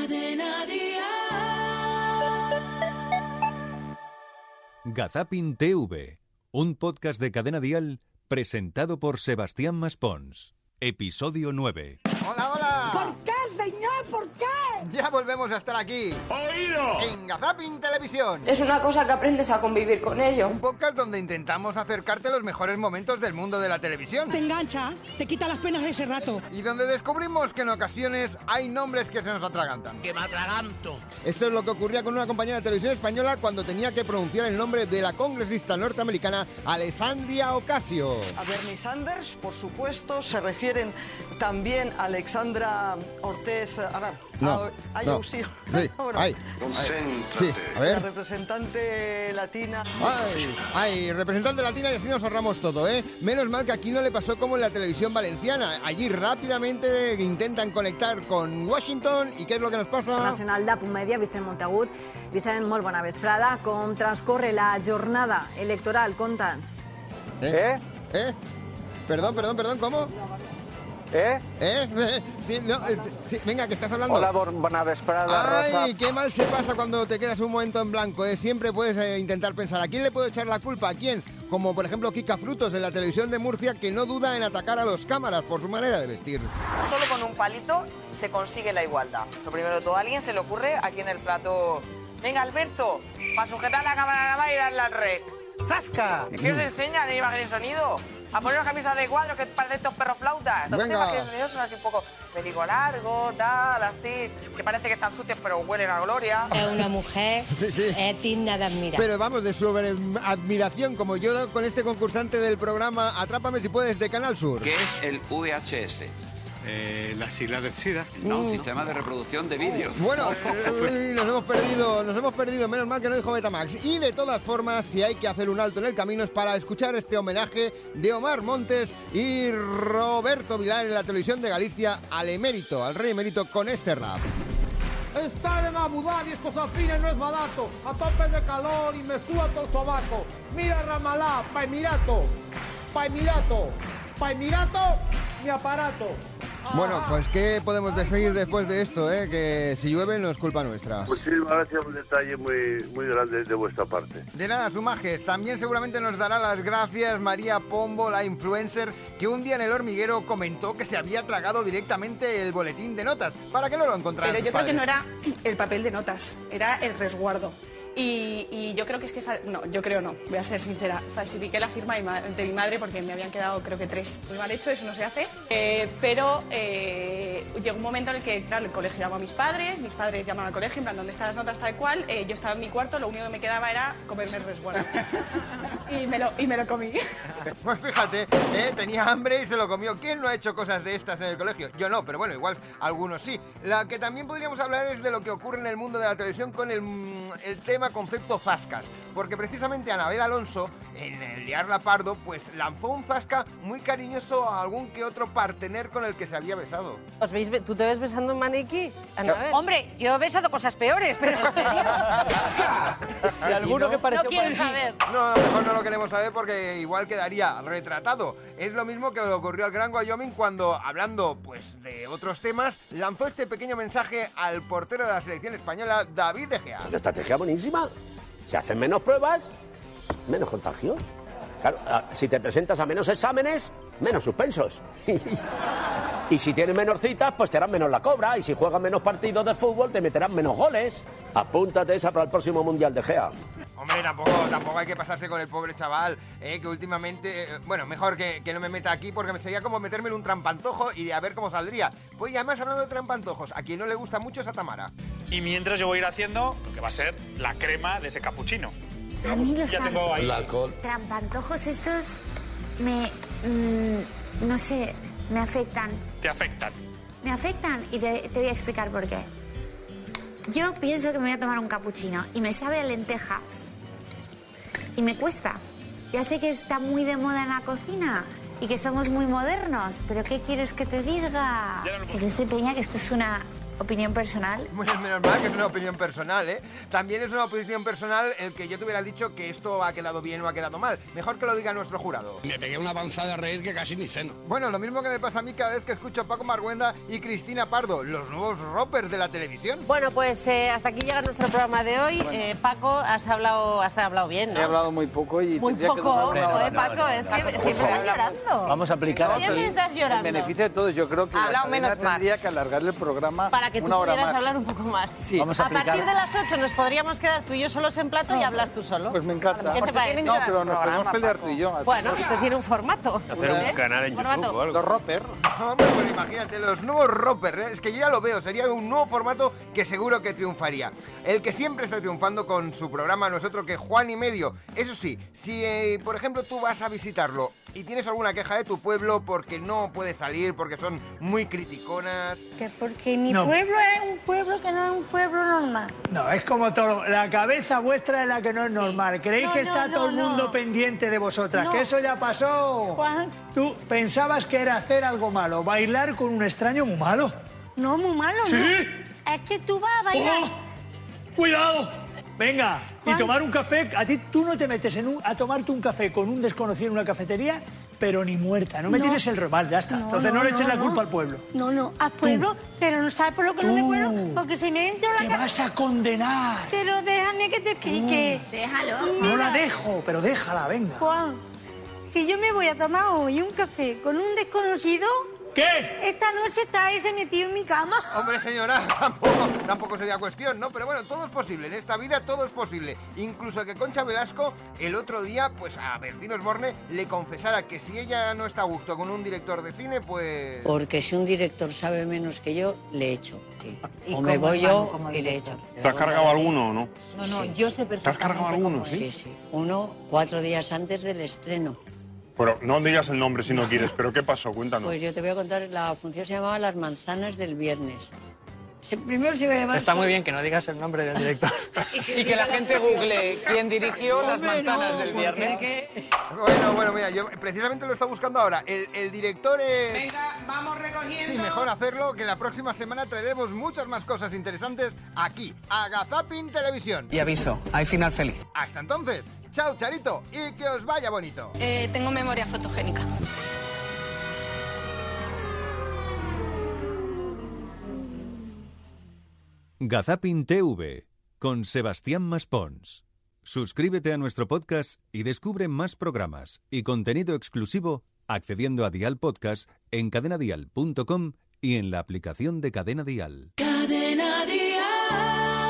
Cadena Gazapin TV, un podcast de Cadena Dial presentado por Sebastián Maspons. Episodio 9. ¡Hola, hola! ¿Por qué, señor? ¿Por qué? Ya volvemos a estar aquí. ¡Oído! En Gazapin Televisión. Es una cosa que aprendes a convivir con ello. Un podcast donde intentamos acercarte los mejores momentos del mundo de la televisión. Te engancha, te quita las penas ese rato. Y donde descubrimos que en ocasiones hay nombres que se nos atragantan. que me atraganto. Esto es lo que ocurría con una compañera de televisión española cuando tenía que pronunciar el nombre de la congresista norteamericana Alessandria Ocasio. A Bernie Sanders, por supuesto, se refieren también a Alexandra Ortez Ah, ahora, No, a- ay, no. auxilio. Sí, Bueno, ay, ay, sí, a La ver. representante latina. Ay, ay, representante latina y así nos ahorramos todo, ¿eh? Menos mal que aquí no le pasó como en la televisión valenciana. Allí rápidamente intentan conectar con Washington y ¿qué es lo que nos pasa? Internacional de Apumedia, Vicent Montagut. Vicent, molt bona vesprada. Com transcorre la jornada electoral? Conta'ns. ¿Eh? ¿Eh? Perdón, perdón, perdón, ¿cómo? ¿Eh? ¿Eh? Sí, no, eh, sí, venga, que estás hablando. Hola, bor- buena vesprada, Rosa. Ay, qué mal se pasa cuando te quedas un momento en blanco, ¿eh? Siempre puedes eh, intentar pensar, ¿a quién le puedo echar la culpa? ¿A quién? Como por ejemplo Kika Frutos en la televisión de Murcia, que no duda en atacar a los cámaras por su manera de vestir. Solo con un palito se consigue la igualdad. Lo primero de todo, a alguien se le ocurre aquí en el plato. Venga, Alberto, para sujetar la cámara nada más y darle al rec. ¡Zasca! ¿Qué os enseñan en imagen y sonido? A poneros camisas de cuadro que parecen estos perros flautas. Los Venga. imágenes y sonido son así un poco médico largo, tal, así, que parece que están sucios pero huelen a gloria. Es una mujer Sí, sí. es digna de admirar. Pero vamos, de su admiración, como yo con este concursante del programa Atrápame si puedes de Canal Sur. ¿Qué es el VHS? la sigla Eh, del SIDA. No, un sistema de reproducción de vídeo. Bueno, eh, uy, nos hemos perdido, nos hemos perdido, menos mal que no dijo Betamax. Y de todas formas, si hay que hacer un alto en el camino es para escuchar este homenaje de Omar Montes y Roberto Vilar en la televisión de Galicia al emérito, al rey emérito con este rap. Estar en Abu Dhabi estos afines no es barato. A tope de calor y me suda todo el sobaco. Mira Ramalá, pa' Emirato, pa' Emirato, pa' Emirato, mi aparato. Bueno, pues ¿qué podemos decir después de esto? eh? Que si llueve no es culpa nuestra. Muchísimas gracias, un detalle muy, muy grande de vuestra parte. De nada, Sumajes. También seguramente nos dará las gracias María Pombo, la influencer, que un día en el hormiguero comentó que se había tragado directamente el boletín de notas. ¿Para que no lo encontraran? Pero yo sus creo que no padres? era el papel de notas, era el resguardo. Y, y yo creo que es que... fa- No, yo creo no, voy a ser sincera. Falsifiqué la firma de ma- de mi madre porque me habían quedado creo que tres. Muy mal hecho, eso no se hace. Eh, pero eh, llegó un momento en el que, claro, el colegio llamó a mis padres, mis padres llamaron al colegio, en plan, ¿dónde están las notas tal cual? Eh, yo estaba en mi cuarto, lo único que me quedaba era comerme el resguardo. y, me lo, y me lo comí. Pues fíjate, eh, tenía hambre y se lo comió. ¿Quién no ha hecho cosas de estas en el colegio? Yo no, pero bueno, igual algunos sí. La que también podríamos hablar es de lo que ocurre en el mundo de la televisión con el, mm, el tema concepto zascas. Porque precisamente Anabel Alonso, en el Liarla Pardo, pues lanzó un zasca muy cariñoso a algún que otro partener con el que se había besado. ¿Os veis, be- ¿Tú te ves besando un Eh, maniquí, Anabel? Hombre, yo he besado cosas peores, pero ¿en serio? Y alguno que pareció No quiero parecido. saber. No, no, mejor no lo queremos saber porque igual quedaría retratado. Es lo mismo que le ocurrió al Gran Wyoming cuando, hablando pues de otros temas, lanzó este pequeño mensaje al portero de la selección española, David De Gea. Una estrategia buenísima. Se hacen menos pruebas, menos contagios. Claro, ah, si te presentas a menos exámenes, menos suspensos. y si tienes menos citas, pues te harán menos la cobra. Y si juegas menos partidos de fútbol, te meterán menos goles. Apúntate esa para el próximo Mundial de GEA. Hombre, tampoco, tampoco hay que pasarse con el pobre chaval, eh, que últimamente, eh, bueno, mejor que, que no me meta aquí porque me sería como metérmelo un trampantojo y a ver cómo saldría. Pues y además hablando de trampantojos, a quien no le gusta mucho es a Tamara. Y mientras yo voy a ir haciendo lo que va a ser la crema de ese capuchino. A mí los Ya tengo ahí. tramp- trampantojos estos me... mm, no sé, me afectan. Te afectan. Me afectan y te, te voy a explicar por qué. Yo pienso que me voy a tomar un capuchino y me sabe a lentejas. Y me cuesta. Ya sé que está muy de moda en la cocina y que somos muy modernos, pero ¿qué quieres que te diga? Pero es de peña que esto es una opinión personal. Menos, menos mal que es una opinión personal, ¿eh? También es una opinión personal el que yo te hubiera dicho que esto ha quedado bien o ha quedado mal. Mejor que lo diga nuestro jurado. Me pegué una avanzada a reír que casi ni ceno. Bueno, lo mismo que me pasa a mí cada vez que escucho a Paco Marguenda y Cristina Pardo, los nuevos roppers de la televisión. Bueno, pues eh, hasta aquí llega nuestro programa de hoy. Eh, Paco, has hablado, has hablado bien, He ¿no? hablado muy poco y... Muy tendría que poco, durar una ¿no, hora. eh, Paco? Es que siempre estás llorando. Vamos a aplicar Siempre el- estás llorando. el beneficio de todos. Yo creo que Hablado la cadena menos mal. tendría que alargarle el programa Para que tú una hora pudieras más. hablar un poco más. Sí. Vamos a a aplicar- partir de las 8 nos podríamos quedar tú y yo solos en plato y hablar tú solo. Pues me encanta. ¿Qué te parece? No, pero nos podemos pelear tú y yo. Bueno, esto tiene un formato. ¿eh? Formato. Los Roper. Hombre, pues imagínate, los nuevos roppers, ¿eh? es que yo ya lo veo, sería un nuevo formato que seguro que triunfaría. El que siempre está triunfando con su programa, nosotros que Juan y Medio. Eso sí, si eh, por ejemplo tú vas a visitarlo y tienes alguna queja de tu pueblo porque no puedes salir, porque son muy criticonas. Que porque mi No. pueblo es un pueblo que no es un pueblo normal. No, es como todo. La cabeza vuestra es la que no es normal. Creéis No, que no, está no, todo el no. mundo pendiente de vosotras. No. Que eso ya pasó. Juan. Tú pensabas que era hacer algo malo, bailar con un extraño muy malo. No, muy malo, ¿Sí? Oh. no. Es que tú vas a bailar. ¡Cuidado! Venga, y tomar un café. A ti tú no te metes en un- a tomarte un café con un desconocido en una cafetería, pero ni muerta. No me No. tienes el robal, ya está. Entonces no, no, le eches no, la no. culpa al pueblo. No, no, al pueblo, pero no sabes por lo que no me Tú. pueblo, porque se me entra Te la vas a condenar. Pero déjame que te explique. Déjalo. No la dejo, pero déjala, venga. Juan, si yo me voy a tomar hoy un café con un desconocido... ¿Qué? Esta noche está ese metido en mi cama. Hombre, señora, tampoco, tampoco sería cuestión, ¿no? Pero bueno, todo es posible, en esta vida todo es posible. Incluso que Concha Velasco el otro día, pues a Bertín Osborne le confesara que si ella no está a gusto con un director de cine, pues... Porque si un director sabe menos que yo, le echo. ¿Y O me cómo, voy Manu, yo como y le echo. ¿Te has cargado alguno o no? No, no, yo sé perfectamente. cargado alguno, cómo es. sí? Sí, Uno cuatro días antes del estreno. Pero no digas el nombre si no quieres, pero ¿qué pasó? Cuéntanos. Pues yo te voy a contar, la función se llamaba Las manzanas del viernes. Se- Primero se iba a llamar... Está muy bien que no digas el nombre del director. Y que la gente google quién dirigió las manzanas del viernes. Bueno, bueno, mira, yo precisamente lo está buscando ahora. El, el director es... vamos recogiendo. Sí, mejor hacerlo, que la próxima semana traeremos muchas más cosas interesantes aquí, a Gazapin Televisión. Y aviso, hay final feliz. Hasta entonces, chao Charito y que os vaya bonito. eh, tengo memoria fotogénica. Gazapin TV con Sebastián Maspons. Suscríbete a nuestro podcast y descubre más programas y contenido exclusivo accediendo a Dial Podcast en cadenadial.com y en la aplicación de Cadena Dial. Cadena Dial.